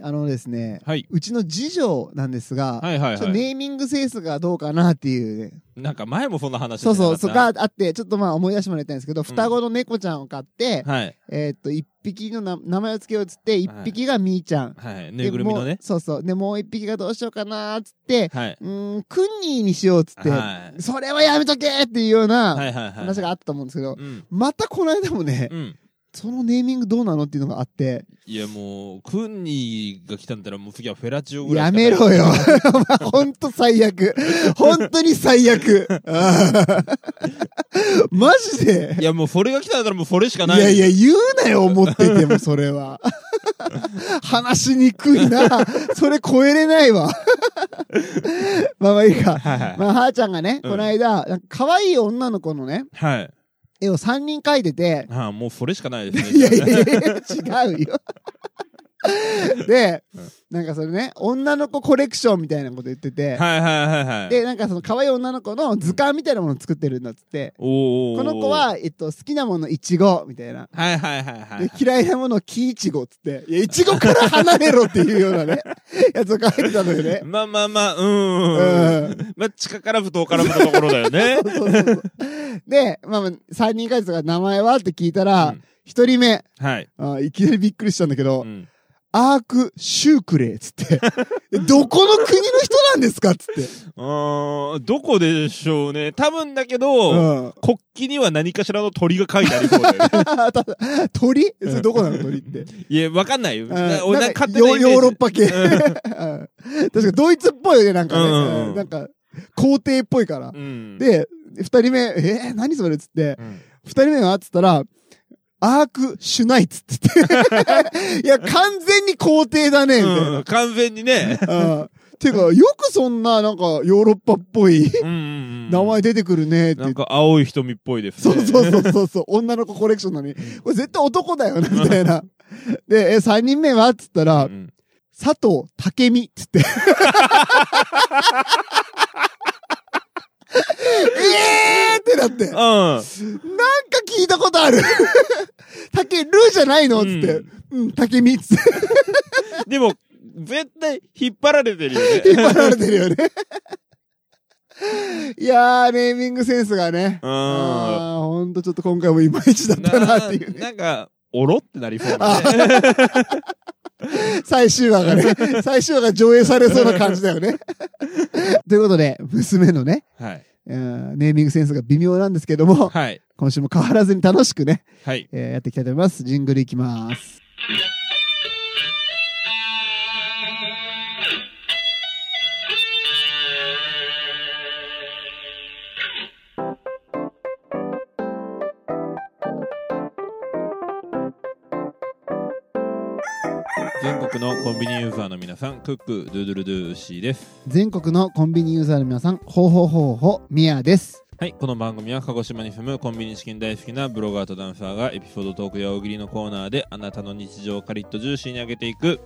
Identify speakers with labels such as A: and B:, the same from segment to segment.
A: あのですね、
B: はい。
A: うちの次女なんですが、
B: はいはい
A: ちょっ
B: は
A: と
B: い。
A: ネーミングセンスがどうかなっていうね、
B: なんか前もそんな話して
A: そう
B: な
A: そ
B: かっ
A: う、
B: た
A: そこがあって、ちょっとまあ思い出してもらいたいんですけど、双子の猫ちゃんを飼って、
B: はい。
A: えーっと、一匹のな名前を付けようっつって、一
B: はい
A: 匹がみーちゃん。
B: はい。
A: で
B: ぬいぐるみの
A: もう
B: ね。
A: そうそう。で、もう一匹がどうしようかなーっつって、
B: はい。
A: うーん、クンニーにしようっつって、
B: はい
A: それはやめとけーっていうよう
B: は
A: ない
B: はいはい。
A: 話があったと思うんですけど、
B: うん。
A: またこの間もね、
B: うん。
A: そのネーミングどうなのっていうのがあって、
B: いやもう、クンニーが来たんだったらもう次はフェラチオぐらい
A: や
B: しかない。
A: めろよ。 お前ほんと最悪。ほんとに最悪。 あーマジで
B: いやもうそれが来たんだったらもうそれしか
A: い
B: ない。
A: やいや、言うなよ、思ってても、それ は。話しにくいな。それ超えれない わ。まあまあいいか。
B: はいはい
A: まあ、はーちゃんがね、
B: うん
A: この間、なんか可愛い女の子のね、
B: はい。
A: 絵を3人描いてて、
B: ああ、もうそれしかないですね。
A: いやいやいや、違う よ。で、なんかそれね、女の子コレクションみたいなこと言ってて、
B: はいはいはいはい。
A: で、なんかその可愛い女の子の図鑑みたいなものを作ってるんだっつって、
B: おーおーお
A: こ
B: ー
A: の子、は、えっと、好きなものいちごみたいな。
B: はいはいはいはい
A: で。嫌いなものを木いちごっつって、いや、いちごから離れろっていうよう なね、やつを書いてたのよね。
B: まあまあまあ、うん。
A: うん
B: ん、まあ、近からぶ遠からぶのところだよね。
A: そうそうそうで、まあまあ、3人書いてたから名前はって聞いたら
B: うん、
A: 一、人目
B: はい。
A: あ、いきなりびっくりしたんだけど、
B: うん
A: アーク・シュークレーっつ って、でどこの国の人なんですかっつって。
B: うーん、どこでしょうね。多分だけど、
A: うん
B: 国旗には何かしらの鳥が書いてありそうだ よね。
A: あた鳥それどこなの鳥って。
B: いや、わかんないよ。
A: うん
B: 俺
A: な
B: なんん
A: か
B: か勝手
A: ヨ
B: なイメージ
A: ヨーロッパ系。
B: う
A: うん 確かドイツっぽいよね、なんかね。
B: うんうんうん
A: うんなんか、皇帝っぽいから。
B: うん。
A: で、二人目、えー、何それっつって
B: う、ん、
A: 二人目はっつったら、アーク・シュナイツっつって。 いや、完全に皇帝だね、みたい
B: うん完全 にね。
A: な。うんていうか、よくそんな、なんか、ヨーロッパっぽい
B: うんうんうん
A: 名前出てくるね、って
B: なんか青い瞳っぽいです
A: そ
B: ね。
A: うそうそうそうそう、女の子コレクションなのに、これ絶対男だよな、みたいな。で、え、3人目はっつったら
B: う、ん
A: 佐藤武美っつって。えーってなって、なんか
B: うん。
A: 聞いたことある。武るじゃないのっつって、うん、武美っつって
B: でも、絶対引っ張られてるよね。
A: 引っ張られてるよね。いやー、ネーミングセンスがね。
B: うん
A: あーほんとちょっと今回もいまいちだったなっていうね。
B: なんか、おろってなりそうだね。
A: 最終話が ね、最終話が上映されそうな感じだよ ね。ということで、娘のね、
B: はい。
A: うんネーミングセンスが微妙なんですけども、
B: はい。
A: 今週も変わらずに楽しくね、
B: はい。
A: えーやっていきたいと思います。ジングルいきます。
B: 全国のコンビニユーザーの皆さん、クック、ドゥドゥルドゥーシーです。
A: 全国のコンビニユーザーの皆さん、ほうほうほうほう、みやです。
B: はい、この番組は鹿児島に住むコンビニチキン大好きなブロガーとダンサーがエピソードトークや大喜利のコーナーであなたの日常をカリッとジューシーに上げていく。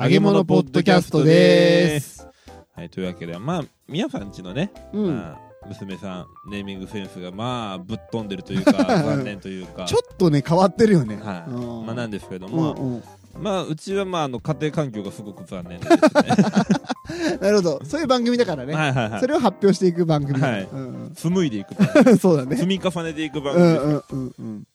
A: 揚げ物ポッドキャストです。
B: はい、というわけで、まあ、みやさんちのね、
A: うん。
B: まあ、娘さん、ネーミングセンスがまあ、ぶっ飛んでる というか、残念というか。
A: ちょっとね、変わってるよね。
B: はい、
A: うん
B: まあなんですけど
A: うん
B: も、
A: うん
B: まあうちはまああの家庭環境がすごく残念で ですね
A: なるほど。そういう番組だからね。
B: はいはいはい
A: それを発表していく番組だから
B: はい
A: うん
B: 紡いでいく番組
A: うんそうだね
B: 積。み重ねていく番
A: う
B: 組で
A: ん
B: す、
A: うんうんうん。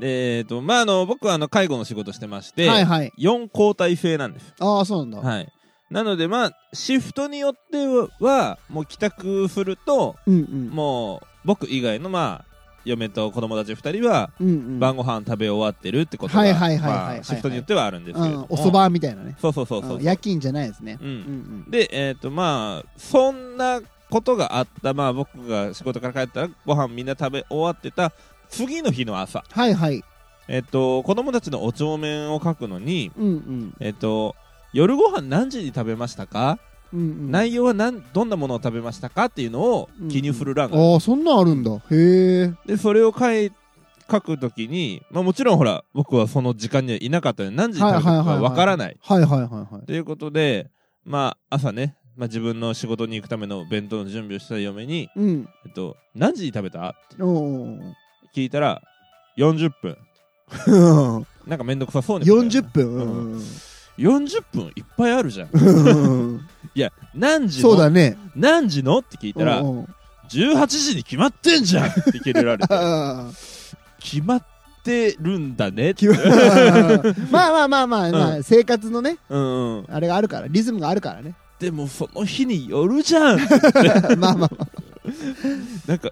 B: でえっ、とまああの僕はあの介護の仕事してまして、
A: はいはい。
B: 4交代制なんです
A: ああ、そうなんだ。
B: はいなのでまあシフトによってはもう帰宅すると
A: うんうん。
B: もう僕以外のまあ嫁と子供たち2人は
A: うんうん。
B: 晩ご飯食べ終わってるってこと
A: はい
B: が
A: はいはいはいはいはい
B: まあシフトによってはあるんですけれど
A: うん
B: も、
A: おそばみたいなね。
B: そうそうそうそう
A: うん夜勤じゃないですね。
B: うん
A: うんうん。
B: で、えっ、と、まあ、そんなことがあった、まあ、僕が仕事から帰ったら、ご飯みんな食べ終わってた、次の日の朝、
A: はいはい。
B: えっ、と、子供たちのお帳面を書くのに、
A: うんうん。
B: えっ、と、夜ご飯何時に食べましたか、
A: うんうん。い
B: 内容は何どんなものを食べましたかっていうのを記入する欄がある、
A: ああ、そんなんあるんだ。へえ。
B: で、それを書い書くときに、まあ、もちろんほら、僕はその時間にはいなかったので、何時に食べたかわからない。
A: はいはいはいはい。
B: ということで、まあ、朝ね、まあ、自分の仕事に行くための弁当の準備をした嫁に、
A: うん。
B: えっと、何時に食べたって
A: おう
B: 聞いたら、40分。
A: おうおう。
B: なんかめんどくさそうに答える。
A: 40分。うんうんうん
B: 40分いっぱいある じゃん
A: うん
B: いや何時の
A: そうだね。
B: 何時のって聞いたら
A: うんうん
B: 18時に決まってんじゃんって切れられて
A: あー
B: 決まってるんだねって
A: きまあまあまあまあ、ま
B: う
A: あ、生活のね、
B: うんうん
A: あれがあるから、リズムがあるからね。
B: でもその日によるじゃん
A: まあまあまあ、
B: なんか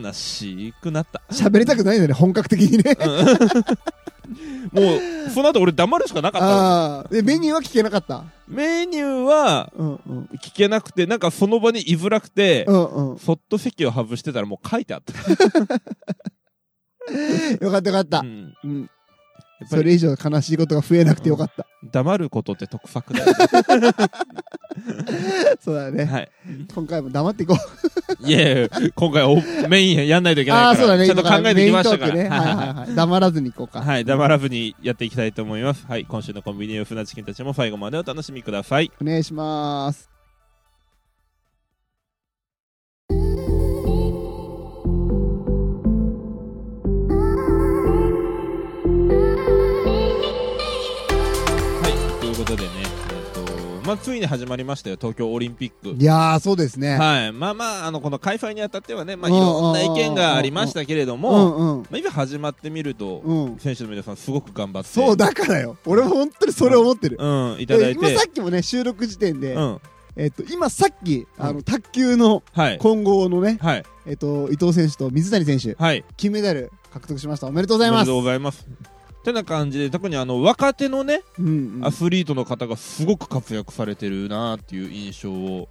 B: 悲しくなった
A: 喋りたくないのね、本格的に ね。
B: もうその後俺黙るしかなかった
A: ああ。で、メニューは聞けなかった。
B: メニューは
A: うんうん。
B: 聞けなくてなんかその場に居づらくて
A: うんうん。
B: そっと席を外してたらもう書いてあった
A: よかったよかった
B: う。ん
A: うん。
B: やっぱ
A: そ
B: り
A: れ以上悲しいことが増えなくてよかった。
B: 黙ることって得策だ よね
A: そうだね。
B: はい
A: 今回も黙っていこう。
B: いやいや今回おメインやんないといけ
A: あ
B: な
A: あ、
B: いか
A: そうだ
B: ら、
A: ね。
B: ちゃんと考えてきましたから、
A: メイントークね。はいはいはい。黙らずにいこうか。
B: はい、黙らずにやっていきたいと思います。はい、今週のコンビニエンスなチキンたちも最後までお楽しみください。
A: お願いします。
B: はい、ということでね、えっと、まあ、ついに始まりましたよ、東京オリンピック。
A: いやー、そうですね。
B: はい、まあまあ、あの、この開催にあたってはね、まあ、い
A: うん
B: ろんな意見がありましたけれど
A: う
B: も、
A: んうん。
B: まあ、今始まってみると、
A: うん。
B: 選手の皆さんすごく頑張って、
A: そうだからよ。俺も本当にそれ思ってる。
B: うん、いただ
A: で
B: い
A: 今
B: て、
A: さっきもね、収録時点で
B: う、ん、
A: えっと、今さっき、あ
B: う
A: の、卓球の
B: はい、
A: 混合のね、
B: はい、
A: えっと、伊藤選手と水谷選手、
B: はい、
A: 金メダル獲得しました。おめでとうござ
B: お
A: い
B: め
A: ま。
B: ですとうございます。てな感じで、特にあの、若手のね、
A: うんうん
B: アスリートの方がすごく活躍されてるなっていう印象を。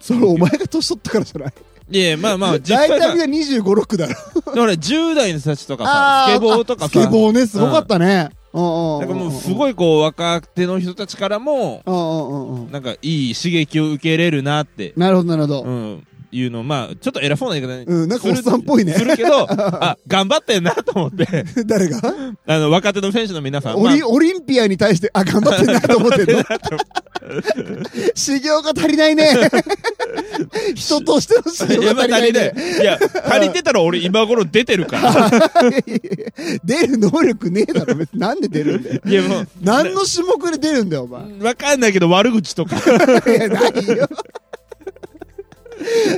A: それお前が年取ったからじゃない
B: いやいやまあまあ、実
A: 大
B: 際さ
A: 体、みんな25、6だろ。
B: だから10代の人たちとか
A: あ
B: さ、
A: ー
B: スケボーとか
A: スケ
B: さ、
A: ボーね、すごかったね。うんうんうん。
B: なんかもうす
A: い。
B: ごいこう、若手の人たちからも、
A: うんうんうんうん。
B: なんかいい刺激を受けれるなって、
A: なるほど、なるほど
B: う。ん、いうのを、まあ、ちょっと偉そうな言い方に
A: うん、なんか
B: す
A: おっ
B: る
A: さんっぽいね
B: す。るけど、 あ、頑張ってんなと思って、
A: 誰が
B: あの、若手の選手の皆さん、
A: オ
B: まあ
A: リオリンピアに対して、あ、頑張ってんなと思って んの修行が足りないね。人としての修
B: いや
A: 行
B: ま
A: が
B: あ
A: 足りないね。
B: いや、足りてたら俺今頃出て るから。
A: 出る能力ねえだろ、別に。なんで出るんだよ。
B: いや、もう、
A: 何の種目で出るんだよ、お前。
B: わかんないけど悪口とか。
A: いや、ないよ。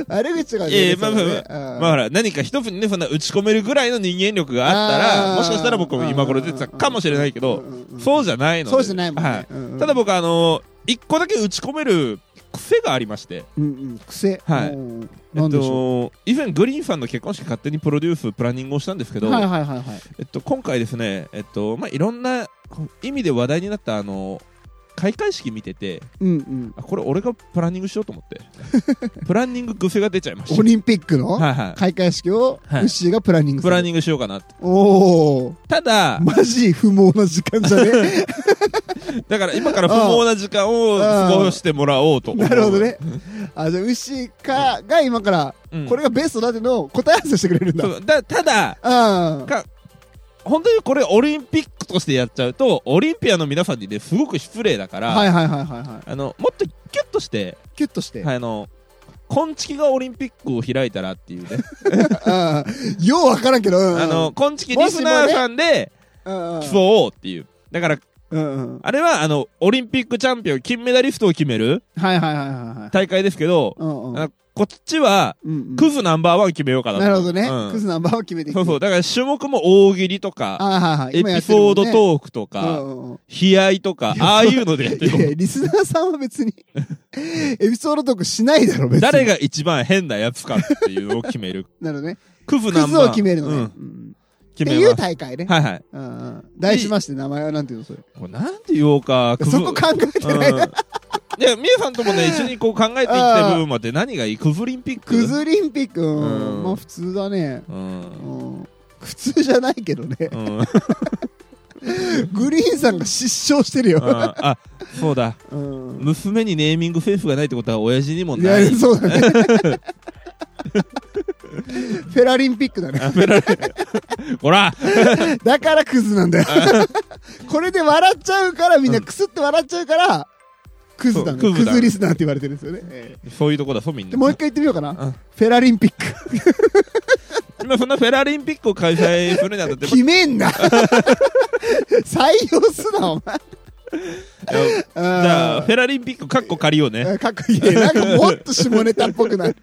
A: 悪口が
B: え
A: 出
B: え
A: て
B: ま
A: たら
B: あまあ
A: ね、
B: まあ、まあ、ほら、何か一つにね、そんな打ち込めるぐらいの人間力があった
A: あ
B: ら、
A: ー
B: もしかしたら僕も今頃出てたかもしれないけ
A: うん
B: ど
A: うんう、ん
B: そうじゃないので。
A: そうじゃないもんね
B: は
A: うんうん
B: ただ僕、あの、一個だけ打ち込める癖がありまして、
A: うんうん、癖。
B: はい
A: うんうん
B: え
A: な
B: っ
A: んでしょ
B: と、以前グリーンさんの結婚式勝手にプロデュース、プランニングをしたんですけ
A: う。
B: ど、
A: はいはいはいはい。
B: えっと、今回ですね、えっと、まあ、いろんな意味で話題になった、あの、開会式見てて、
A: うんうん。
B: あこれ俺がプランニングしようと 思って、プランニング癖が出ちゃいまし
A: オ
B: た。
A: リンピックの
B: はいはい。
A: 開会式を、ウ
B: はい
A: ッシーがプランニングす
B: プ
A: る。
B: ランニングしようかなって。
A: おお、
B: ただ、
A: マジ不毛な時間じゃ ね
B: だから今から不毛な時間を過ごしてもらおうと思う。
A: なるほどね。あ、じゃあ、ウッシーか、が今から、
B: うん。
A: これがベストだってのを答え合わせしてくれるんだ。
B: そうだただ、
A: あ
B: か本当にこれオリンピックとしてやっちゃうと、オリンピアの皆さんにね、すごく失礼だから、
A: あ。はいはいはいはいは
B: あの、もっとキュッとして、
A: い。キュッとして。
B: はい、あの、昆虫がオリンピックを開いたらっていうね、
A: ああようわからんけど、うんうん
B: あの、、昆虫リスナーさんで
A: うんうん
B: 競おうっていう。だから、
A: うんうん。
B: あれは、あの、オリンピックチャンピオン、金メダリストを決める
A: はいはいはいはいはい。
B: 大会ですけど、
A: うんうん
B: あのこっちは、
A: うんうん
B: クズナンバーワン決めようかなと。
A: なるほどね
B: うん。
A: クズナンバーを決めていく
B: そう そう。だから種目も大喜利とか、
A: あはいはい。
B: エ
A: 今や
B: ピ
A: ってるも
B: ソー
A: んね
B: ドトークと
A: う
B: か、
A: んうんうん
B: 悲哀とか、ああいうのでやって
A: いやい
B: る。
A: やリスナーさんは別 に、エピソードトークしないだろ、別に。
B: 誰が一番変なやつかっていうのを決める。
A: なるね。
B: クズ
A: ク
B: ナン
A: ズ
B: バー。
A: を決めるのね。
B: う
A: うんんって
B: 決め
A: いう
B: ます。
A: 大会ね。
B: はいはい。
A: うんうん題しまして、名前はなんていうの、それ。
B: これなんて言おうか、クズ。
A: そこ考えて
B: うん。
A: ない。
B: いや、みえさんともね、一緒にこう考えていった部分もあって、何がいいクズリンピック
A: クズリンピック、うん
B: うん
A: まあ普通だね。
B: う。
A: うんん普通じゃないけどね
B: う。ん。
A: グリーンさんが失笑してるよ。
B: ああ、そうだ。
A: うん
B: 娘にネーミングセンスがないってことは親父にも
A: い
B: ない。
A: や、そうだね。フェラリンピックだね。
B: やめられないほら
A: だからクズなんだよ。これで笑っちゃうから、みんなクスって笑っちゃうから、クズなんだ
B: そう
A: よ。
B: ク
A: ク
B: ズだ
A: ズリスナーって言われてるんですよね。え
B: そういうとこだ、そうみん
A: え
B: な。
A: でもう一回言ってみようかな。
B: うん
A: フェラリンピック。
B: 今そんなフェラリンピックを 開催するにあたって、
A: 決めんな採用すな、お前。
B: じゃあ、フェラリンピックかっこ借りよ うね。
A: かっこいいね。なんかもっと下ネタっぽくなる。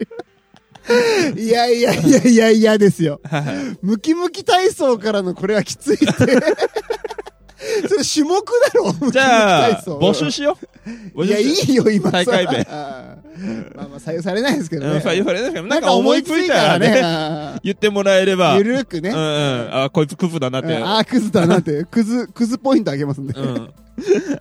A: いやいやいやいやいやですよ。
B: はいはい
A: ムキムキ体操からのこれはき ついって。それ種目だろ、ムキムキ
B: じゃ
A: 体
B: あ、
A: 操。
B: 募集しよう。募
A: い
B: 集
A: や、い
B: しよ
A: いよ、今。
B: 大会名
A: あー まあまあ、採用されないですけ
B: う
A: どね。
B: うんそう言われないけどなんか思いついたらね、
A: ね。
B: 言ってもらえれば、
A: ゆ
B: うんうん、
A: るくね。
B: あ、こいつクズだなっ
A: う
B: て。
A: んあー、クズだなって。クズ、クズポイントあげますんで。
B: うん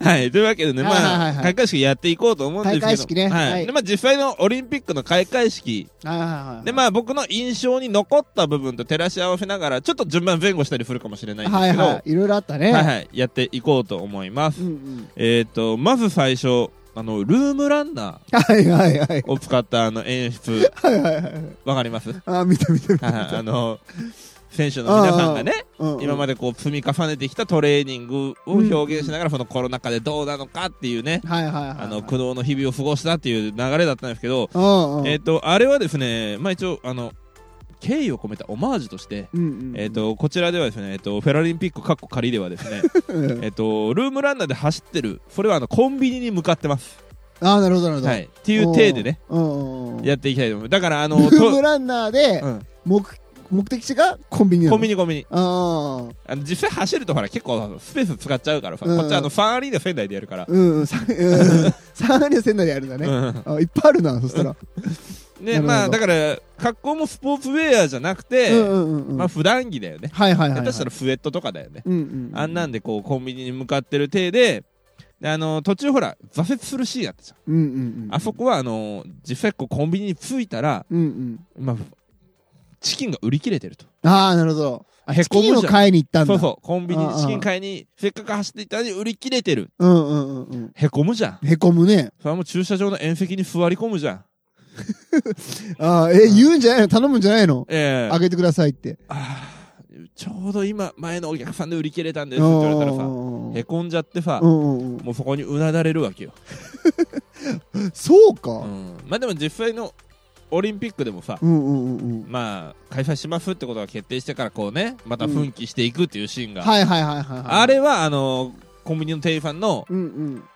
B: はい、というわけでね、
A: はい
B: ま
A: は
B: あ、
A: いはい
B: 開会式やっていこうと思うんですけど、
A: 開会式ね
B: は。
A: はいい
B: でまあ、実際のオリンピックの開会式、
A: あー
B: で、まあ、僕の印象に残った部分と照らし合わせながら、ちょっと順番前後したりするかもしれないんです
A: は
B: け
A: い
B: ど、は
A: はい。いろいろあったね。
B: いはい、やっていこうと思います
A: う。んうん
B: えっと、まず最初、あの、ルームランナ
A: はいはいはい。
B: ーを使ったあの演出、
A: はいはいはい。
B: わかりますはい
A: あー、見た見た見た。
B: あの、選手の皆さんがね、今ま
A: で。
B: でこう積み重ねてきたトレーニングを表現しながら、そのコロナ禍でどうなのかっていうね、
A: はいはいはい。
B: あの苦悩の日々を過ごしたっていう流れだったんですけど、
A: うんうん。
B: えっ、とあれはですね、まあ、一応あの敬意を込めたオマージュとして、
A: うんうんうん
B: えっ、とこちらではですね、えっとフェラリンピックかっこ仮ではですね
A: うん
B: えっとルームランナーで走ってるそれはあのコンビニに向かってます、
A: ああ、なるほど、なるほど。
B: はい、っていう体でね
A: うんうんうん。
B: やっていきたいと思うだからあの
A: ルーム
B: と、
A: ランナーで
B: うん
A: 目目的地がコンビニなの
B: コンビニコンビニ
A: ああ。
B: あの実際走るとほら結構スペース使っちゃうからさ、
A: うん
B: こっちあのファンアリーナ仙台でやるから、
A: うんうん。さうん三割は仙台でやるんだね。
B: うん
A: あいっぱいあるな、そしたら。
B: ねまあ
A: な
B: だから格好もスポーツウェアじゃなくて、
A: うんうんうんうん。は
B: まあ
A: い
B: 普段着だよね
A: はいはいは
B: 下
A: い。
B: 手したらスウェットとかだよね、
A: うんうん。
B: あんなんでこうコンビニに向かってる体でであの途中ほら挫折するシーンあったじゃん、
A: うんうんうん。
B: あそこはあの実際こうコンビニに着いたら、
A: うんうん。
B: まあ、チキンが売り切れてると
A: ああ、なるほど。
B: あへ
A: チ
B: こむ
A: キ
B: じゃ
A: ン
B: ん
A: を買いに行ったんだ。
B: そうそうコンビニにチキン買いにせっかく走っていったのに売り切れてる
A: う。うんうんうんうん。
B: へこむじゃん
A: へこむね。
B: それはもう駐車場の縁石に座り込むじゃん
A: ああ、え、言うんじゃないの頼むんじゃないの
B: ええ
A: あげてくださいって。
B: あーちょうど今前のお客さんで売り切れたんですって言われたら
A: う
B: さ
A: んうんうん
B: へこんじゃってさ、
A: うんうんうん
B: もうそこにうなだれるわけよ、
A: そう
B: う
A: か。
B: ん、まあでも実際のオリンピックでもさ、
A: うんうんうんうん。
B: まあ、開催しますってことが決定してからこうねまた奮起していくっていうシーンが、
A: はいはいはいはいはい。
B: あれはあのコンビニの店員さんの
A: うんうん。
B: 「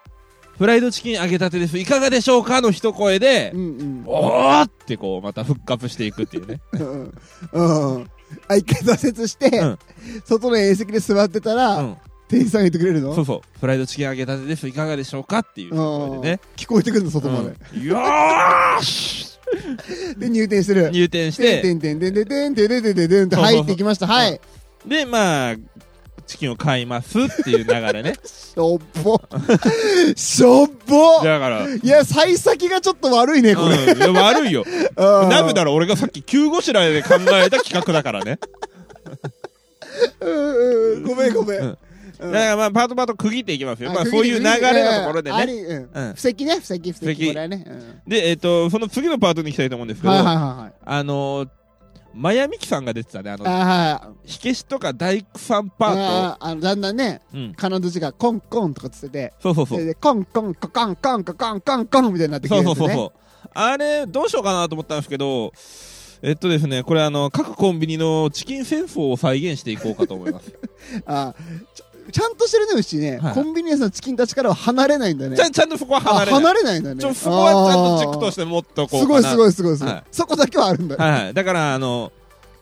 B: フライドチキン揚げたてですいかがでしょうか?」の一声で「
A: うんうん。
B: おー!」ってこうまた復活していくっていうね
A: うんうん。あ、一回挫折して、
B: うん
A: 外の宴席で座ってたら、
B: うん
A: 店員さんが言ってくれるの
B: そうそう「フライドチキン揚げたてですいかがでしょうか?」っていう声で
A: ん
B: ね、
A: 聞こえてくるの、
B: う
A: 外ま
B: ん
A: で。
B: よーし
A: で、入店する。
B: 入店してて
A: んてんてんてんてんてんてんてんてんてんって入っていきました。はい。
B: でまあチキンを買いますっていう流れ ね
A: しょっぼ。しょっぼ
B: だ から
A: いや、幸先がちょっと悪いね、これ。
B: うんいや、悪いよ。
A: うん
B: なぜなら俺がさっき急ごしらえで考えた企画だからね。
A: うんうんごめんごめん。
B: う
A: うんん
B: だからまあ、パートパート区切っていきますよ。まあ、
A: あ
B: そういう流れのところで
A: あ
B: ね。
A: りうん
B: うん
A: 布石ね、布石、布
B: 布石
A: 石。これはね。うん
B: で、えっと、その次のパートに行きたいと思うんですけど、
A: はいはい
B: あ
A: はいはい。
B: のー、マヤミキさんが出てたね、あの、
A: ああ、
B: 火消しとか大工さんパー
A: あーあのだんだんね、
B: ト。うん。
A: 金槌がコンコンとかつってて、
B: そうそう
A: そ
B: そ
A: うれ。でコンコンココンコンココンコンコンみたいになってきて
B: そ
A: る
B: うんそ
A: で
B: う
A: すね。
B: そうそう。あれ、どうしようかなと思ったんですけど、えっとですね、これあの、各コンビニのチキン戦争を再現していこうかと思います。
A: あーちょちゃんとしてるね、うちね、
B: はい
A: コンビニエンスのチキンたちからは離れないんだね。
B: ちゃん、ちゃんとそこは離れ
A: あ
B: ない。
A: 離れないんだね。。
B: ちょ、そこはちゃんと軸としてて持っとこう
A: す
B: かな
A: ごいすごいすごいすごい、
B: はい
A: そこだけはあるんだね。
B: はいはい。だから、あの、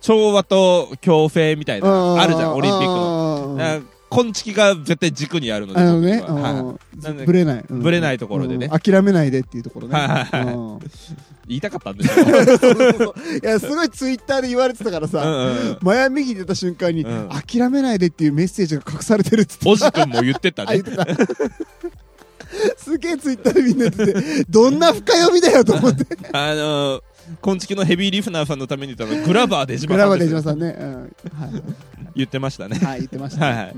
B: 調和と共生みたいな、あるじゃん、オリンピックの。
A: の
B: だから昆虫が絶対軸にあるので、
A: あのね、
B: 僕ははい
A: うん
B: なんで
A: ぶれない、うん
B: ぶれないところでね
A: うん諦めないでっていうところね、
B: はいはいはい
A: うん
B: 言いたかったん ですけど
A: いやすごいツイッターで言われてたからさ、
B: うんうんうん
A: マヤミギ出た瞬間に、
B: うん
A: 諦めないでっていうメッセージが隠されてるっつって
B: おじくんも言ってた
A: あ言
B: ね
A: っ。てたすげえツイッターでみんなやっててどんな深読みだよと思って
B: あの、昆虫のヘビーリフナーさんのために言ったの、グラバーでじま
A: グラ
B: さ
A: バ
B: ん
A: デジ
B: で
A: マ
B: す
A: さんね、うんはい
B: 言ってましたね。
A: はい、言ってました、
B: はいはい。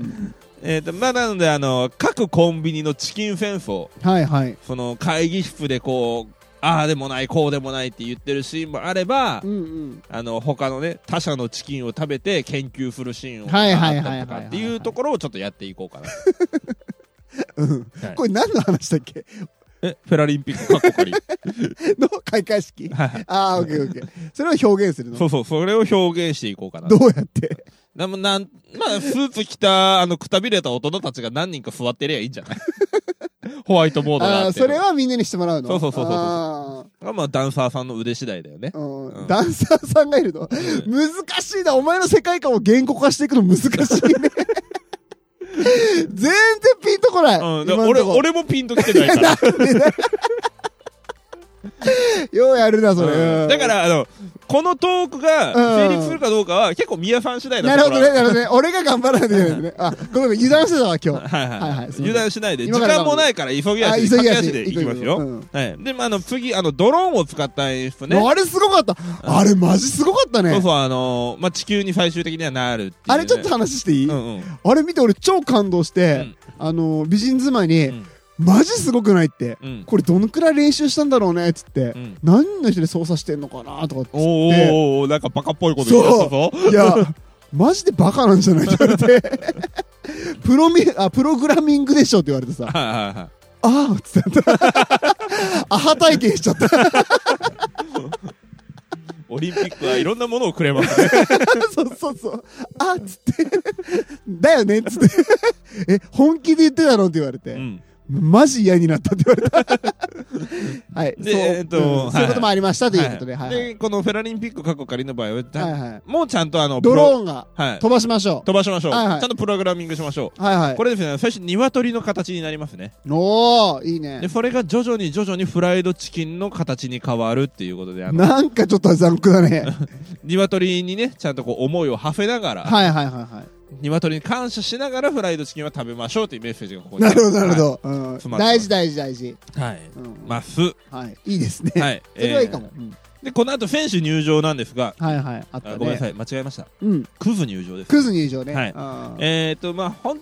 B: えっと、まあ、なので、あの、各コンビニのチキン戦争、
A: はいはい
B: その会議室でこう、ああでもない、こうでもないって言ってるシーンもあれば
A: う、ん
B: あの他のね他社のチキンを食べて研究するシーンを
A: はいはい
B: あったり
A: はいはいは
B: とか
A: いはい
B: っていうところをちょっとやっていこうかな
A: うん、うん
B: はい
A: これ何の話だっけ
B: えフェラリンピックかっこかり
A: の開会式
B: はいはい
A: ああオッケーオッケーそれを表現するの
B: そうそうそれを表現していこうかな
A: どうやって
B: でもなん、まあ、スーツ着た、あの、くたびれた大人たちが何人か座ってりゃいいんじゃない ホワイトボードが
A: あ
B: あ
A: あ
B: っ
A: ー、
B: て。
A: それはみんなにしてもらうの
B: そうそうそうそうそう
A: あ
B: まあ、ダンサーさんの腕次第だよね
A: ー。う、
B: うんん
A: ダンサーさんがいるの
B: うん
A: 難しいなお前の世界観を言語化していくの難しいね 全然ピンとこない、
B: うん、で
A: 今ん
B: 俺、
A: とこ
B: 俺もピンときてないから。
A: ようやるなそれ、
B: うんだからら、あの、このトークが
A: うん
B: 成立するかどうかは、結構宮さん次第
A: な
B: だ
A: る
B: と
A: ほ
B: ころ
A: ど
B: は
A: ねなるほどね俺が頑張らないといけない んだねあごめんごめん油断してたわ今日
B: はいはい、
A: はいはいすいません
B: 油断しないで時
A: 今から
B: 間もないから急ぎ
A: あ
B: 足
A: 急ぎ足
B: 駆け足でいきますよ、
A: うん
B: はい、で、まあ、あの次あのドローンを使った演 出ね
A: あれすごかったあれマジすごかったね
B: そうそうあのーまあ、地球に最終的にはなるっていう、ね、
A: あれちょっと話していい、
B: うんうん
A: あれ見て俺超感動して、あの美人妻に、
B: うん
A: マジすごくないって、
B: うん
A: これどのくらい練習したんだろうねっつって、
B: うん
A: 何の人で操作してんのかなとかっつって
B: おーおーおーなんかバカっぽいこと言ってたぞ
A: いや、 マジでバカなんじゃないって言われて、 プロミあプログラミングでしょって言われてさ、あ
B: はいはいはい
A: あーっつって なった。アハ体験しちゃった。
B: オリンピックはいろんなものをくれますね
A: そうそうそう。あーっつって。だよねっつって。え、 本気で言ってたのって言われて、
B: うん
A: マジ嫌になったって言われた。 はい。
B: で
A: そう
B: えーっと
A: うんそういうこともありましたということで、はい。
B: でこのフェラリンピック過去仮の場合は、
A: はいはい
B: もうちゃんとあの
A: ドロー
B: ン、
A: ンが
B: はい、
A: 飛ばしましょ
B: 飛ばしましょう、
A: はいはい
B: ちゃんとプログラミングしましょ
A: う。
B: う
A: はいはい。
B: これですね最初鶏の形になりますね
A: おー、いいね
B: で。それが徐々に徐々にフライドチキンの形に変わるっていうことであの
A: なんかちょっと残酷だね。
B: 鶏にねちゃんとこう思いを馳せながら、
A: はいはいはいはい。
B: 鶏に感謝しながらフライドチキンは食べましょうっていうメッセージがここに
A: なるほど、なるほど。う
B: つ
A: ん、
B: まらない
A: 大事、大事、大事。
B: どはい
A: うん
B: ます
A: はい、いいですね。
B: はい
A: それはいいかも。うん
B: えーでこの後選手入場なんですが
A: はいはい、あっ
B: あ
A: た
B: ごめんなさ
A: ね。
B: い間違えました
A: うん、
B: クズ入場です
A: クズ入場ね。
B: はい
A: あー
B: えっ、ー、とまあほん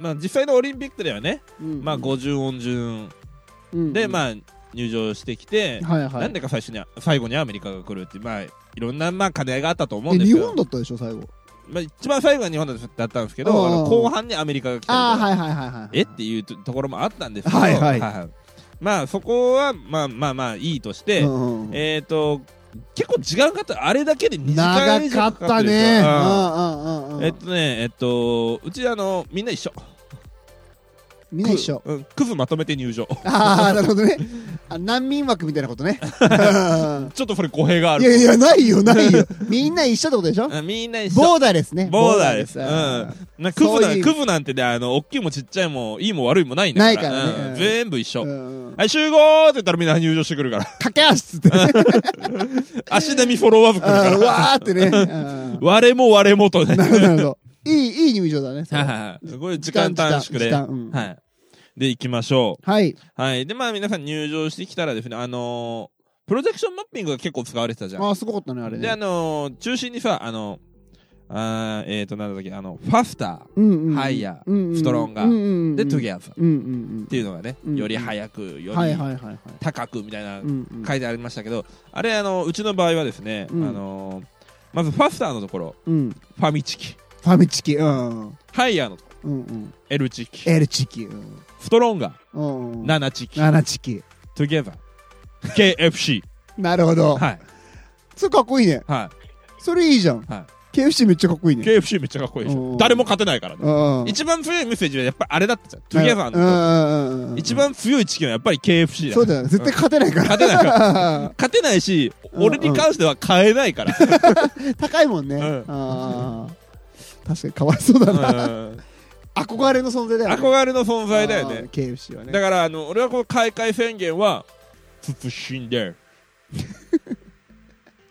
B: まあ実際のオリンピックではね、
A: うん
B: まあ50音順
A: うん
B: で、まあ入場してきて、
A: はいはい。
B: なんでか最初に最後にアメリカが来るっていうまあいろんなまあ兼ね合いがあったと思うん
A: え
B: です
A: 日
B: けど
A: 本だったでしょ、最後。
B: まあ、一番最後は日本だったんですけど、
A: うん
B: あの後半にアメリカが来たりと
A: ああ、
B: か
A: はいはいはいはい。
B: えっていうとところもあったんですけど、
A: はいはい
B: まあそこはまあまあまあいいとして、
A: うんうん
B: えっ、と結構時間かかったあれだけで2時間
A: 長
B: 以上
A: か
B: か
A: っ
B: かった
A: た
B: で
A: ね。う
B: しょ
A: んうんうんうん
B: う
A: ん
B: えっとねえっとうちあのみんな一緒
A: みんな一緒。
B: くうんクズまとめて入場
A: ああ、なるほどね。あ難民枠みたいなことね。うん
B: ちょっとそれ語弊があ
A: い
B: る
A: やいや、ないよ、ない よ。みんな一緒ってことでしょ
B: あみんな一緒
A: ボーダーですね。
B: ボーダーです
A: うん
B: うんなクズ
A: そう
B: な
A: いう
B: クズなんてねあの大きいもちっちゃいもいいも悪いもないんだから
A: ないからね
B: うん
A: うん
B: 全部一緒、
A: うんうん
B: はい、集合って言ったらみんな入場してくるから。
A: 駆け足っつってね。
B: 足並みフォロワーズ来るか
A: うんう
B: ら。
A: わーってね。 うん
B: 我も我もとね。
A: なるほど、なるほど。いい、いい入場だね。それ
B: はい はいはい。これ時間短縮で。
A: 時間うん
B: はい。で、行きましょ
A: はい。
B: う。はい。で、まあ皆さん入場してきたらですね、あのー、プロジェクションマッピングが結構使われてたじゃん。
A: ああ、すごかったね、あれ
B: で、あ
A: ね。
B: のー、中心にさ、あのー、あーえっと、なんだっけ、あの、ファスタ
A: うんうんうん
B: ハイヤー
A: うんうん
B: ストロンガー
A: うんうんう
B: ー。
A: ん
B: で、トゥギャザーっ
A: うんうんうん。って
B: いうのがね、
A: うん
B: より早く、よ
A: はい
B: り
A: はいはいはい。
B: 高くみたいな
A: うんうん
B: 書いてありましたけど、あれ、あの、うちの場合はですね、あ
A: うん
B: のー、まずファスターのところ、
A: うん。フ
B: ファミチキ。
A: ァミチキ、うん。うん
B: ハイヤーの
A: うん。
B: エルチキ、
A: L チキ、うん
B: ストロンガー、
A: うんうん。
B: ナナチキ、
A: 7チキ。
B: トゥゲザー、KFC。
A: なるほ ど。
B: はい。
A: それかっこいいね。
B: は
A: それいいじゃん。
B: い。は
A: KFC めっちゃかっこいい
B: い。
A: ね。
B: KFC めっちゃかっこいいでし
A: お
B: ょ
A: ー。
B: 誰も勝てないからね。
A: うん。
B: 一番強いメッセージはやっぱりあれだったじゃん。トゥゲザー
A: う
B: の。
A: んうんうんうん。
B: 一番強いチキンはやっぱり KFC
A: そ
B: だ
A: う。だよね。絶対勝てないから。
B: 勝てないから。
A: ら。
B: 勝てないし、
A: うん
B: 俺に関しては買えないから。
A: 高いもんね。
B: うん
A: ああ。確かにかわいそうだな。
B: うん
A: 憧れの存在だよね。
B: 憧れの存在だよ
A: あ
B: ね
A: ー。。KFC はね。
B: だから、あの、俺はこの開会宣言は、慎 んで、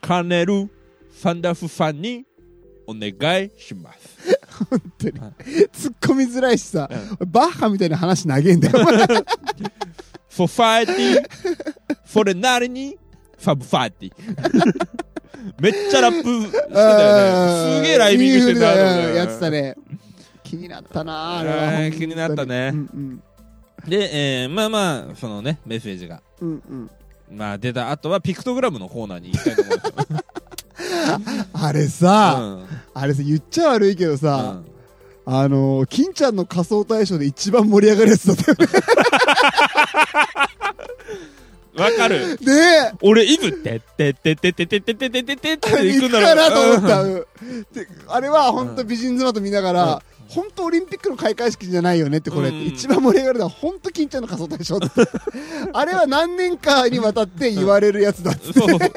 B: カネル・サンダフさんにお願いします。
A: 突っ込みづらいしさ、
B: う
A: バッハみたいな話長えんだよ。
B: ソファイティ、それなりに、ファブファ ーティ。めっちゃラップしてた よね。すげえライミングしてたなと思っ
A: う
B: よ
A: んやってたね。気になったなあれは
B: うん気になったね
A: うん
B: で、えー、まあまあ、そのね、メッセージが。
A: うん。うんうん。
B: まあ出た後はピクトグラムのコーナーに行きたいと思うんですよ。
A: あれさ、あれさ、言っちゃ悪いけど
B: うんう
A: さ、
B: ん
A: あのー、金ちゃんの仮装 大賞で一番盛り上がるやつだったよね。
B: わかかる。
A: ねえ
B: 俺、イブ、てってってってってってってってってってって
A: 行
B: 行
A: く
B: くんだ
A: かなと
B: ろ
A: 思った。
B: う。
A: うんであれは本当美人妻と見ながら、本当オリンピックの開会式じゃないよねってこれ、
B: うん
A: 一番盛り上がるのは本当金ちゃんの仮装大賞ってあれは何年かにわたって言われるやつだって、
B: そうそうそう。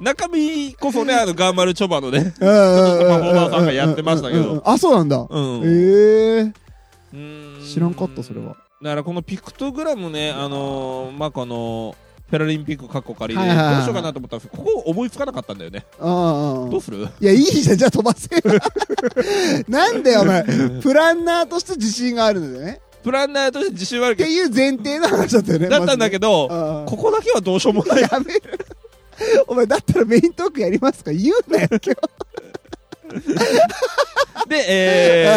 B: 中身こそね、あの、ガーマルチョバのね。
A: うんうんうん
B: パフォーマンスなんかやってましたけど
A: うんうんうんあそうなんだ、
B: うん。
A: ええ
B: うー
A: 知らんかったそれは
B: だからこのピクトグラムねあのー、まあこのパラリンピック過去仮で
A: は
B: ど
A: いうはいはい
B: しようかなと思ったんですけどここ思いつかなかったんだよね
A: ああああ
B: どうする
A: いやいいじゃんじゃあ飛ばせよなんだよお前プランナーとして自信があるんだよね
B: プランナーとして自信はある
A: っ
B: け
A: ていう前提の話だったよね
B: どだったんだけど、
A: まずねああ
B: ここだけはどうしようもない
A: やめる。 お前だったらメイントークやりますか言うなよ今日
B: で、え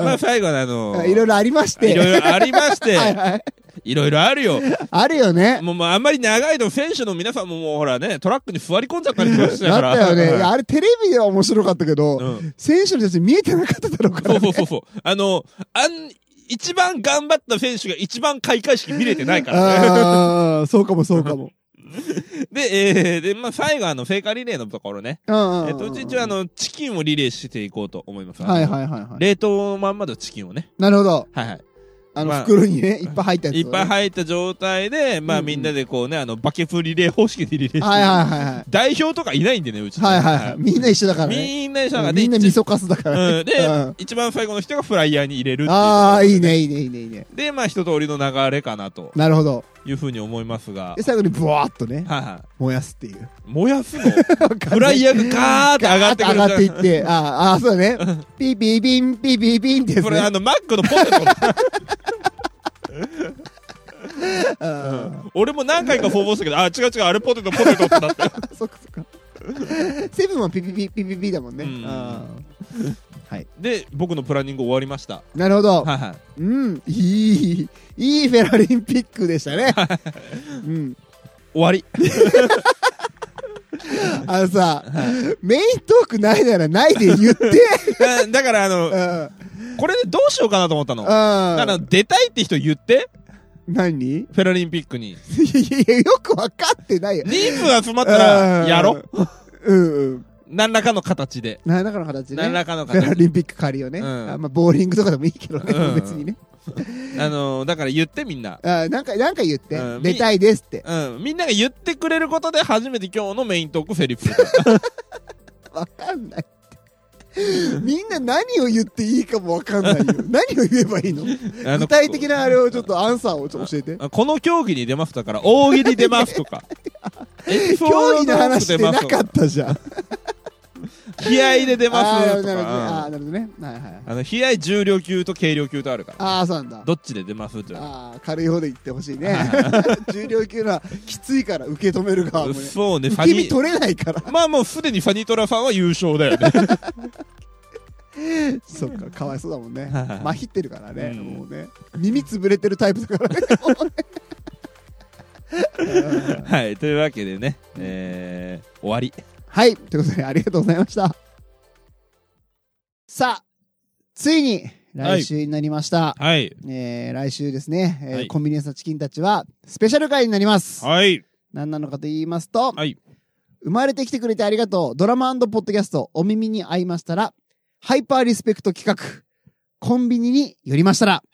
B: ー、まあ最後のあのー、
A: いろいろありまして
B: いろいろありまして、
A: はいはい
B: いろいろあるよ。
A: あるよね
B: もう、まあ、あんまり長いと選手の皆さんももうほらね、トラックに座り込んじゃったりしました
A: だ
B: か
A: っ
B: ら。
A: たよねいやあれテレビでは面白かったけど、
B: うん
A: 選手の人たち見えてなかっただろうから
B: そ
A: ね
B: うそうそうそう。あの、あん、一番頑張った選手が一番開会式見れてないからね。
A: あーそうかもそうかも
B: で、えー、で、まあ、最後、あの、聖火リレーのところね。えっと、うち一応、あの、チキンをリレーしていこうと思います。
A: はい
B: い。
A: はいはいはい
B: 冷凍のまんまのチキンをね。
A: なるほど
B: はいはい。
A: あの
B: まあ
A: 袋にねいっぱい入ったやつ
B: いっぱい入った状態で、ま
A: う
B: あ、
A: んうん
B: みんなでこうね、あの、バケツリレー方式でリレーして。
A: はいはいはいはい
B: 代表とかいないんでね、うち。
A: はいはいはいみんな一緒だからね
B: みんなで
A: う
B: が
A: んみんな味
B: で、
A: 噌カスだからね、
B: うん、で、
A: うん
B: 一番最後の人がフライヤーに入れるっていう
A: ああいいねいいねいいねいいね
B: で、まあ、一通りの流れかなと
A: なるほど
B: いうふうに思いますが
A: で。最後にブワーっとね
B: はいは
A: 燃やすって いう
B: い。燃やすのフライヤーがガーって上がってくる
A: ガーって上がっていって、あーあー、そうだね。ピーピーピン、ピーピーピンってやつ
B: これ、あ
A: ね。
B: の、マックのポテト。
A: あ
B: 俺も何回かフォーボしたけど、あ、違う違う、あれポテト、ポテトってなって。
A: ーそっかそっか。セブンはピーピーピーピーピーピーだもんね
B: うん。
A: あーはい。
B: で、僕のプランニング終わりました。
A: なるほど。
B: はいはい。
A: うん。いい、いいフェラリンピックでしたね。うん。
B: 終わり。
A: あのさ、メイントークないならないで言って。
B: だだから、あ
A: う
B: の、
A: ん。うん。
B: これでどうしようかなと思ったの。だから、出たいって人言って、
A: 何い
B: フェラリンピックに。
A: やいや、よくわかってないよ。
B: 人数集まったら、やろ。
A: うんうん。
B: 何らかの形で。
A: 何らかの形ね。
B: 何らかの
A: フェラ
B: 形。
A: リンピック借りよね、
B: うん
A: あまあ、ボーリングとかでもいいけどね、
B: うん
A: 別にね
B: あの、だから言ってみんな。
A: あなんかなんか言って、
B: うん
A: 出たいですって
B: うん。みんなが言ってくれることで、初めて今日のメイントーク成立する。
A: わかんないってみんな何を言っていいかもわかん ないよ何を言えばいいの
B: あの
A: 具体的なあれをちょっとアンサーをちょっと教 えて
B: あこの競技に出ますだから、大喜利出ますとか。
A: 競技の話してなか
B: た
A: ったじゃん
B: 気合で出ま
A: あー
B: すと
A: なるほどねあ
B: か
A: ーなるほどねはいはいはい
B: あの悲哀重量級と軽量級とあるから
A: ああそうなんだ
B: どっちで出ますって
A: あー軽い方で言ってほしいね 重量級のはきついから受け止める側もね
B: そうねフ
A: 受
B: ァ
A: け身
B: ニー
A: 取れないから
B: まあもうすでにファニートラさんは優勝だよね
A: そっか、かわいそうだもんね
B: はいはい。
A: まひってるからね、
B: うん
A: もうね。耳つぶれてるタイプだからね。
B: はいというわけでねえー、終わり
A: はい、ということで、ありがとうございました。さあ、ついに来週になりました。
B: はい
A: えー来週ですね、えー
B: はい
A: コンビニエンスのチキンたちは、スペシャル回になります。
B: はい
A: 何なのかと言いますと、
B: はい
A: 生まれてきてくれてありがとう。ドラマポッドキャスト、お耳に合いましたら、ハイパーリスペクト企画、コンビニに寄りましたら。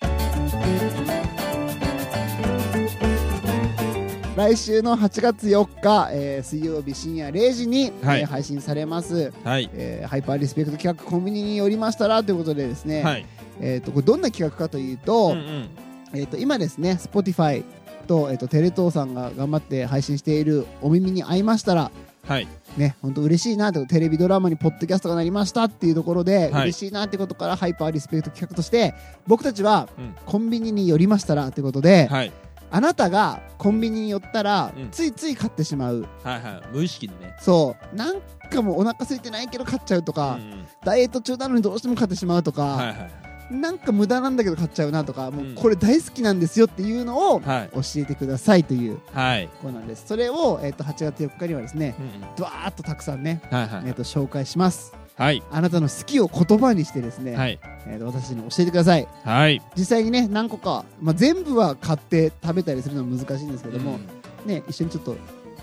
A: 来週の8月4日、えー水曜日深夜0時に、
B: はい
A: えー配信されます、
B: はい
A: えーハイパーリスペクト企画コンビニに寄りましたらということでですね、
B: はい
A: えー、とこれどんな企画かというと,、
B: うんうん
A: えー、と今ですね Spotify と,、えー、とテレ東さんが頑張って配信している「お耳に合いましたら」
B: はい
A: ね、本当嬉しいなってことテレビドラマにポッドキャストがなりましたっていうところで、
B: はい
A: 嬉しいなってことからハイパーリスペクト企画として僕たちは
B: うん
A: コンビニに寄りましたらってことで、
B: はい
A: あなたがコンビニに寄ったら、
B: うん
A: ついつい買ってしまう
B: はいはい無意識にね
A: そうなんかもうお腹空いてないけど買っちゃうと
B: うん
A: か、
B: うん
A: ダイエット中なのにどうしても買ってしまうとか、
B: はいはい
A: なんか無駄なんだけど買っちゃうなとかも
B: うん
A: うこれ大好きなんですよっていうのを教
B: はい
A: えてくださいという
B: はい
A: コーナーですそれを、えっと8月4日にはですね
B: うんうん
A: ドワーッとたくさんね、
B: はいは
A: えっ
B: い
A: と紹介します
B: はい
A: あなたの好きを言葉にしてですね、
B: はい
A: えーと私に教えてください
B: はい
A: 実際にね何個か、まあ、全部は買って食べたりするのは難しいんですけども、ね、一緒にちょっと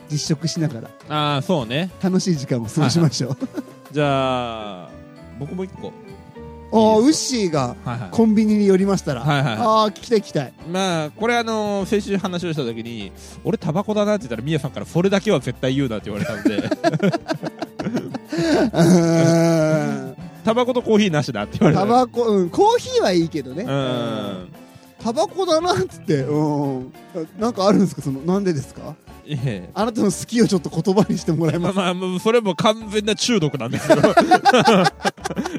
A: 実食しながら
B: ああそうね
A: 楽しい時間を過ごしましょう、
B: じゃあ僕も一個
A: おーウッシーが
B: はいはい
A: コンビニに寄りましたら、
B: はいはい
A: ああ聞きたい聞きた い
B: まあこれあのー先週話をした時に俺タバコだなって言ったらみやさんからそれだけは絶対言うなって言われたんで
A: うーん
B: タバコとコーヒーなしだって言われた
A: タバコ、うん、コーヒーはいいけどね
B: うん
A: タバコだなっつってうんなんかあるんですかそのなんでですか
B: いえ
A: あなたの好きをちょっと言葉にしてもらえ
B: ま
A: ま
B: あ
A: すか
B: まあもうそれも完全な中毒なんです よ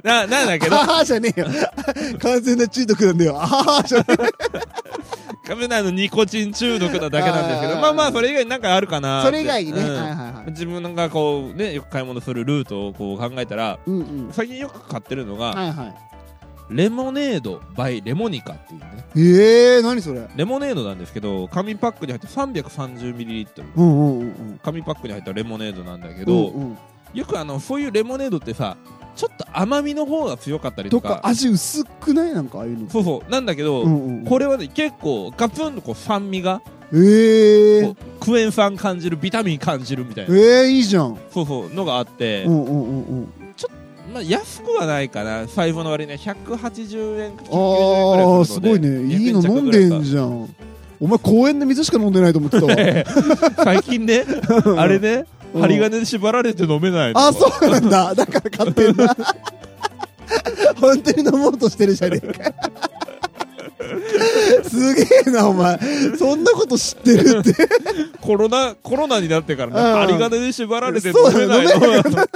B: ななんだけど
A: あははじゃね えよ完全な中毒なんだよあははじゃねえよ
B: 完全なあのニコチン中毒なだけなんですけど
A: あー
B: まあまあそれ以外になんかあるかなって
A: それ以外にね、
B: う
A: は
B: ん
A: いはいはい
B: 自分がこうねよく買い物するルートをこう考えたら
A: うんうん
B: 最近よく買ってるのが
A: はいはい
B: レモネード by レモニカっていうね
A: ええー、何それ
B: レモネードなんですけど紙パックに入って330ミリリットル
A: うんうんうんうん
B: 紙パックに入ったレモネードなんだけど、
A: うんうん
B: よくあのそういうレモネードってさちょっと甘みの方が強かったり
A: と
B: とか
A: か味薄くないなんかああいうの
B: そうそうなんだけど、
A: うんうんうん
B: これはね結構ガツンとこう酸味が
A: ええ
B: こうクエン酸感じるビタミン感じるみたいな
A: ええいいじゃん
B: そうそうのがあって、
A: うんうんうんうん
B: まあ、安くはないかな最後の割には180円か
A: ああ
B: 190円くら
A: ー
B: い
A: す
B: するの
A: ごい
B: で
A: ねいいの
B: 200
A: 飲んでんじゃんお前公園で水しか飲んでないと思ってたわ
B: 最近ねあれね
A: うん
B: 針金で縛られて飲めないの
A: あそうなんだだから買ってんだ本当に飲もうとしてるじゃねえかすげえなお前そんなこと知ってるって
B: コロナコロナになってからね
A: うん
B: 針金で縛られて飲
A: そう
B: めないの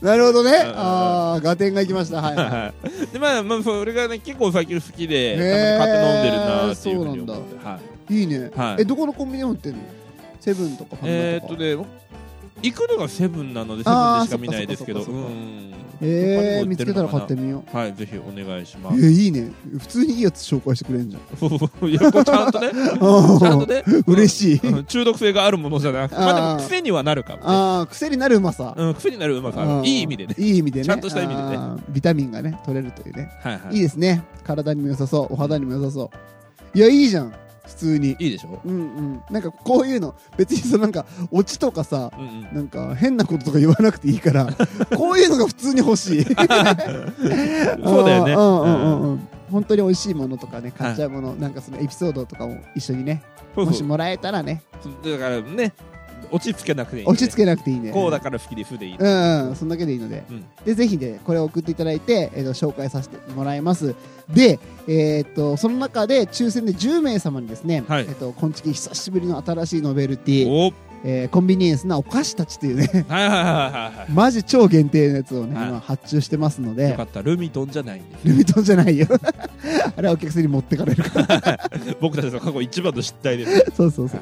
A: なるほどね
B: ん
A: ああ合点がいきましたはいはい
B: でまあまあそれがね結構最近好きで
A: へー
B: 買って飲んでるなっていうふうに思ってはい
A: いいね、
B: はい
A: えどこのコンビニでも売ってんのセブンとかファミマとか
B: えーっとね行くのがセブンなのでセブン
A: あー
B: でしか見ないですけど
A: そっかそっかそっか
B: うん
A: え
B: 他に
A: ー、
B: も売
A: 見
B: て
A: つ
B: る
A: けた
B: の
A: ら
B: かな
A: 買ってみよう
B: はいぜひお願いしま
A: え
B: す
A: ー、いいね普通にいいやつ紹介してくれん じゃん
B: そうそういやこうちゃ んとねちゃんとね
A: 嬉しい
B: うん中毒性があるものじゃなくてまあで
A: あー
B: も癖にはなるかもね
A: ああ癖になるうまさ、
B: うん癖になるうまさあ
A: あ
B: る
A: ー
B: いい意味でね
A: いい意味でね
B: ちゃんとした意味でね
A: あービタミンがね取れるというね、
B: はいはい
A: い、いですね体にも良さそうお肌にも良さそういやいいじゃん普通に
B: いいでしょ
A: うんうんなんかこういうの別にそのなんかオチとかさ
B: うんうん
A: なんか変なこととか言わなくていいから こういうのが普通に欲しい
B: そうだよね
A: うんうんう
B: うん
A: んうん本当に美味しいものとかね買っちゃうもの、なんかそのエピソードとかも一緒にね
B: そう
A: もし
B: そう
A: もらえたらね
B: だからね落ち着けなくていい
A: 落ち着けなくていいね
B: こうだから好きですでいい
A: うん、うん、そんだけでいいので、
B: うん
A: でぜひねこれを送っていただいて、えー、と紹介させてもらいますで、えー、とその中で抽選で10名様にですね、
B: はい
A: えー、と今月久しぶりの新しいノベルティ、
B: お
A: えーコンビニエンスなお菓子たちというね
B: はいはいはいは
A: マジ超限定のやつをね、
B: はい
A: 今発注してますの
B: いよ
A: で
B: かったルミトンじゃないんです
A: ルミトンじゃないよ あれはお客さんに持ってかれるから
B: 僕たちの過去一番の失態です
A: そうそうそう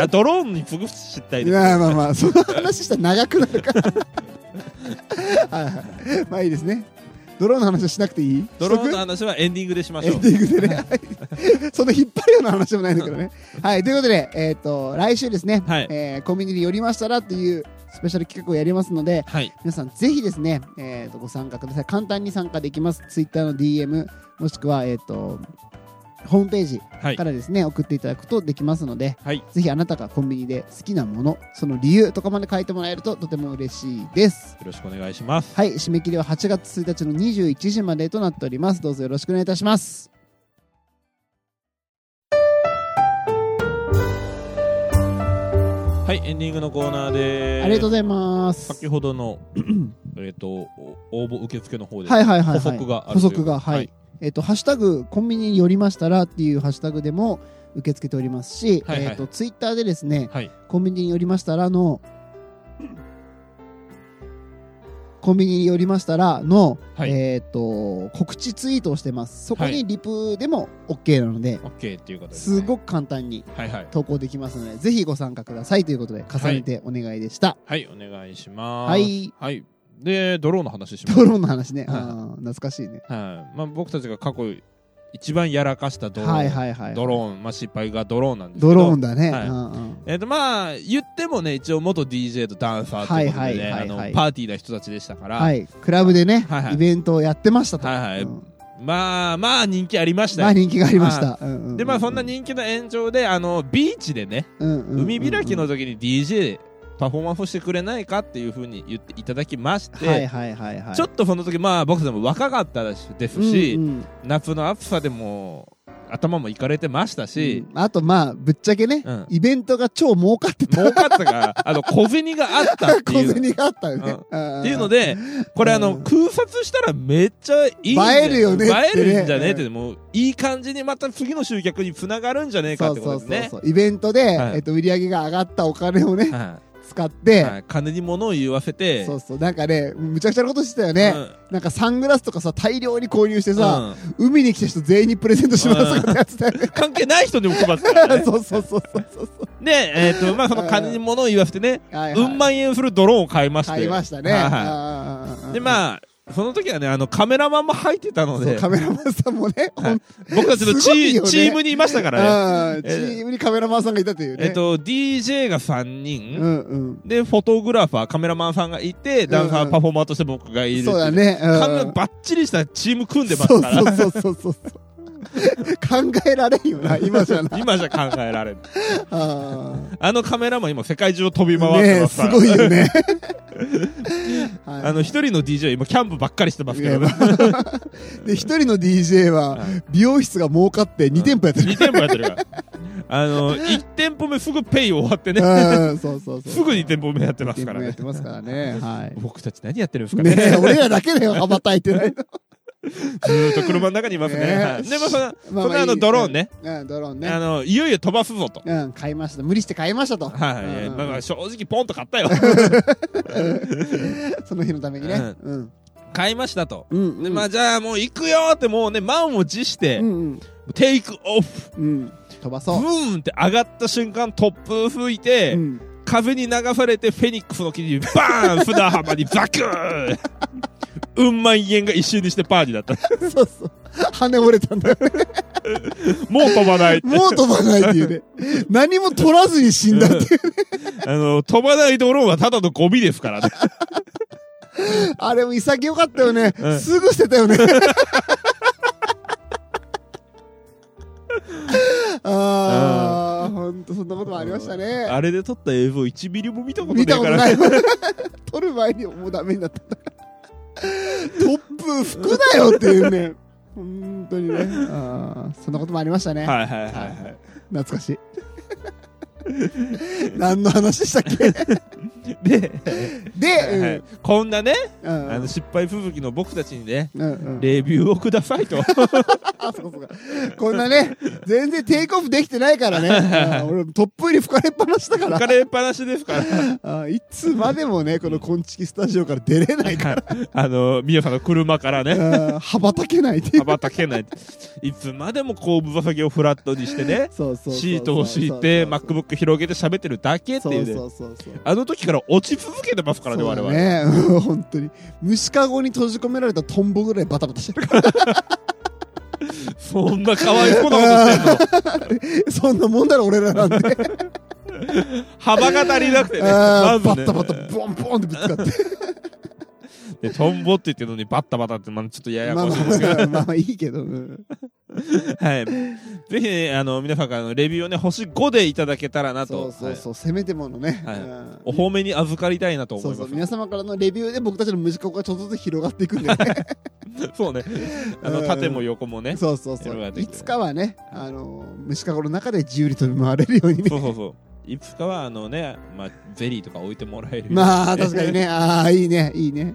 B: あドローンに次ぐ失態です
A: まあまあまあその話したら長くなるから はい、はい、まあいいですねドローンの話はしなくていい
B: ドローンの話はエンディングでしまし
A: エ
B: ょう
A: ンディングでね、 その引っ張るような話でもないんだけどね。はい、ということで、えっ、と、来週ですね、
B: はい
A: えーコンビニに寄りましたらっていうスペシャル企画をやりますので、
B: はい
A: 皆さんぜひですね、えー、とご参加ください。簡単に参加できます。Twitter の DM、もしくは、えっ、と、ホームページ
B: はい
A: からですね、送っていただくとできますので、
B: はい
A: ぜひあなたがコンビニで好きなもの、その理由とかまで書いてもらえるととても嬉しいです。
B: よろしくお願いします
A: はい、締め切りは8月1日の21時までとなっております。どうぞよろしくお願いいたします。
B: はいエンディングのコーナーで
A: ありがとうござ
B: ざい
A: います。
B: 先ほ どのえっとお応募受付の方で
A: はいはいはい、はい、
B: 補足があ
A: 補
B: る
A: 足が
B: と
A: はい、えっ、と「ハッシュタグコンビニに寄りましたら」っていうハッシュタグでも受け付けておりますし、
B: はいはい
A: えっ、とツイッターでですね
B: はい
A: 「コンビニに寄りましたら」のコンビニに寄りましたらの、
B: はい
A: えっ、と告知ツイートをしてますそこ
B: はい
A: にリプでも OK なので、
B: オッケーっていう方です
A: す
B: ね
A: ごく簡単に
B: はいはい
A: 投稿できますのでぜひご参加くださいということで重ねてお願いでした
B: はいお願いします
A: はい、
B: はいでドローンの話します
A: ドローンの話ね、
B: はい
A: あー懐かしいね
B: はいまあ、僕たちが過去一番やらかしたドローン、
A: はいはいはい
B: ドローン、まあ、失敗がドローンなんですけど
A: ドローンだね、
B: はい
A: うんうん
B: えっとまあ言ってもね一応元 DJ とダンサーということでね
A: はいはい
B: あ
A: はい
B: の
A: はい
B: パーティーな人たちでしたから、
A: はい、クラブでね、
B: はいはい
A: イベントをやってましたと、
B: はいはい
A: うん
B: まあまあ人気ありました
A: ま
B: よ
A: あ人気がありました。うんうん
B: でまあそんな人気の延長であのビーチでね
A: うんうんうん
B: 海開きの時に DJ パフォーマンスをしてくれないかっていうふうに言っていただきまして、
A: はいはいはいはい。
B: ちょっとその時まあ僕でも若かったですし、
A: うんうん
B: 夏の暑さでも頭もいかれてましたし、
A: うんあとまあぶっちゃけね、
B: うん
A: イベントが超儲かってた
B: 儲かった からあの小銭があったってい
A: 小
B: う。
A: 銭があったよね。
B: っていうの
A: で
B: でこれあの、
A: うん
B: 空撮したらめっちゃいいんじゃ
A: 映えるよねってね
B: 映えるんじゃねって、
A: う
B: もういい感じにまた次の集客につながるんじゃねえか
A: そ
B: っ
A: う
B: てこ
A: そ
B: と
A: う
B: です
A: そう
B: ね
A: そうイベントで、
B: はい
A: えっと売り上げが上がったお金をね
B: は
A: 使っ
B: い
A: て、
B: はい金に物を言わせて
A: そうそうなんかねむちゃくちゃなことしてたよね、
B: うん
A: なんかサングラスとかさ大量に購入してさ、
B: うん
A: 海に来た人全員にプレゼントしますとかってやつだよね、
B: 関係ない人にも配ってたからね
A: そうそうそうそうそうそ
B: でえっ、とまあその金に物を言わせてね
A: う、はいはい
B: うん万円するドローンを買いまして
A: 買いましたね、
B: はいはい
A: はい
B: でまあその時はねあのカメラマンも入ってたので
A: カメラマンさんもね、ほ
B: はい
A: ん
B: 僕たちの
A: す
B: チ
A: ごい
B: ー,、
A: よね
B: チームにいましたから
A: う
B: ね
A: んチ
B: えー
A: ームにカメラマンさんがいたというね。
B: えっ、と DJ が3人、
A: うんうん。
B: でフォトグラファーカメラマンさんがいてダンサーパフォーマーとして僕がいるってい
A: そうだね。うん
B: 完全にバッチリしたチーム組んでますから
A: そうそうそうそうそう。考えられんよな、今 じゃな。
B: 今じゃ考えられない
A: あー
B: あのカメラマン今世界中を飛び回って
A: ねえ
B: ます
A: す
B: から、
A: ごいよ ね。はい
B: あの一人の DJ 今キャンプばっかりしてますけどね
A: いやで、一人の DJ は、美容室が儲かって2店舗やってる。
B: 2店舗やってるからあの1店舗目すぐペイ終わってね
A: うん、そうそうそう。
B: すぐ2店舗目やってますから
A: 二店舗やってます
B: ね
A: から ね。はい。
B: 僕たち何やってるんですかね
A: ねえ、俺らだけだよ、羽ばたいてないの。
B: ずーっと車の中にいますね
A: ねえ
B: はいでもその
A: ま
B: そのあの
A: いい
B: ドローンね
A: うん、ドローンね。
B: あのいよいよ飛ばすぞと
A: うん、買いました。無理して買いましたと。
B: はい、
A: うんうん
B: まあまあ正直ポンと 買ったよ
A: その日のためにね。うん。
B: 買いましたと
A: うん。うん
B: でまあじゃあもう行くよーってもうね満を持して、
A: うんうん。
B: テイクオフ
A: うん。飛ば
B: ブ
A: そう。
B: ーンって上がった瞬間突風吹いて、
A: うん
B: 風に流されてフェニックスの木にバーン船浜にザクーンうん万円が一瞬にしてパーになった
A: そうそう。羽折れたんだよ。
B: もう飛ばない
A: もう飛ばないっていうね。何も取らずに死んだっていう。
B: あの飛ばないドローンはただのゴミですからね
A: あれも潔かったよね
B: う。ん
A: すぐ捨てた よね。ああ、ほんとそんなこともありましたね。
B: あれで撮った映像1ミリも見たことない
A: 見たこ
B: か
A: と
B: ら
A: ないい。 取る前にもうダメになったんだから。突風吹くなよっていう ね。本当にね。あーそんなこともありましたね。
B: はいはいはいはい
A: 懐かしい。 何の話でしたっ け
B: で、は
A: で、
B: いこんなね、
A: うんうん
B: あの失敗続きの僕たちにね
A: うんうん
B: レビューをくださいと
A: あそうそうこんなね、全然テイクオフできてないからね。あー俺、トップに吹かれっぱなしだから
B: 浮かれっぱなしですから
A: あー。いつまでもね、この昆虫スタジオから出れ ないから。
B: あのみやさんの車からね
A: あー羽ばたけないっていう
B: 羽。ばたけないいつまでも後部座席をフラットにしてね
A: そうそうそうそう
B: シートを敷いて MacBook 広げて喋ってるだけって
A: そ
B: いううね
A: そうそうそう。
B: あの時から落ち続けてますからね我
A: そう
B: 々、
A: ね、うん本当に。虫かごに閉じ込められたトンボぐらいバタバタしてるから。
B: そんなかわいそうな ことしてんの
A: そんなもんだろ、俺らなんて。
B: 幅が足りなくてね
A: あ
B: ま
A: ーバ
B: ずね
A: タバタ、ボンボンってぶつかって。
B: でトンボって言ってるのにバッタバタってまあちょっとやや
A: まあ
B: こ
A: ま
B: しいんですけど
A: あ、まあまあいいけど。うん
B: はいぜひねあの皆さんからのレビューをね星5でいただけたらな
A: そ
B: と
A: うそうそう、せめてものね。
B: はい
A: うん
B: はいお褒めに預かりたいなと思い
A: そ
B: ま
A: う
B: す
A: そう皆様からのレビューで僕たちの無事故がちょっとずつ広がっていくんでね
B: そうねあ
A: う
B: の
A: ん
B: 縦も横もね
A: そうそうそ
B: 広がっ
A: う
B: てい
A: い
B: く
A: つかはね、あの虫かごの中で自由に飛び回れるように
B: そう
A: ね
B: そうそう。いつかはあのね、まあ、ゼリーとか置いてもらえるように
A: まあ確かにねああいいねいいね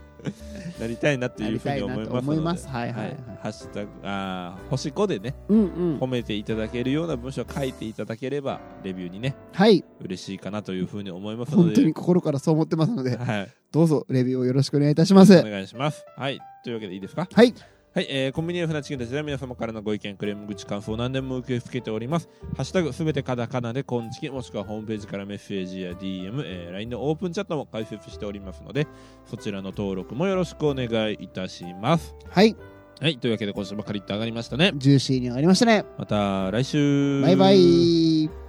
B: なりたいなって
A: や
B: いう
A: り
B: ふう
A: た
B: に
A: い
B: 思い
A: なと
B: ますので
A: 思いますはいは
B: はい
A: はいい
B: ハッシュタグあー星5でね
A: うんうん
B: 褒めていただけるような文章を書いていただければレビューにね
A: はい
B: 嬉しいかなというふうに思いますの
A: 本当
B: で
A: に心からそう思ってますので
B: はい、
A: どうぞレビューをよろしくお願いいたします
B: お願いします。はい、というわけでいいですか
A: はい
B: はい、えー、コンビニエンスなチキンたちでは皆様からのご意見、クレーム、口、感想、何でも受け付けております。ハッシュタグすべてカタカナで、こんちき、もしくはホームページからメッセージや DM、えー、LINE のオープンチャットも開設しておりますので、そちらの登録もよろしくお願いいたします。
A: はい
B: はい、というわけで今週もカリッと上がりましたね。
A: ジューシーに上がりましたね
B: また来週
A: バイバイ